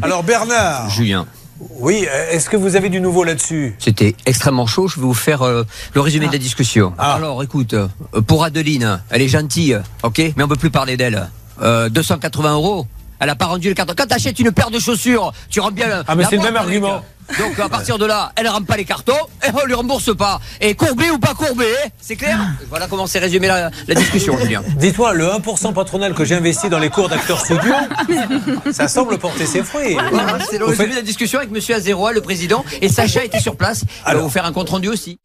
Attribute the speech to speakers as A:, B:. A: Alors Bernard,
B: Julien.
A: oui, euh, est-ce que vous avez du nouveau là-dessus
B: C'était extrêmement chaud. Je vais vous faire euh, le résumé de la discussion.
A: Ah.
B: Alors, écoute, euh, pour Adeline, elle est gentille, ok, mais on peut plus parler d'elle. Euh, 280 euros. Elle a pas rendu le carton. Quand t'achètes une paire de chaussures, tu rends bien.
A: Ah, mais
B: la
A: c'est le
B: boîte
A: même
B: avec.
A: argument.
B: Donc à partir de là, elle rend pas les cartons et on lui rembourse pas. Et courbé ou pas courbé, c'est clair Voilà comment c'est résumé la, la discussion, Julien.
A: Dis-toi, le 1% patronal que j'ai investi dans les cours d'acteurs studio, ça semble porter ses fruits.
B: Voilà, c'est le
A: Vous
B: résumé
A: faites-
B: de la discussion avec Monsieur Azeroa, le président, et Sacha était sur place. Elle va
A: Alors.
B: vous faire un compte rendu aussi.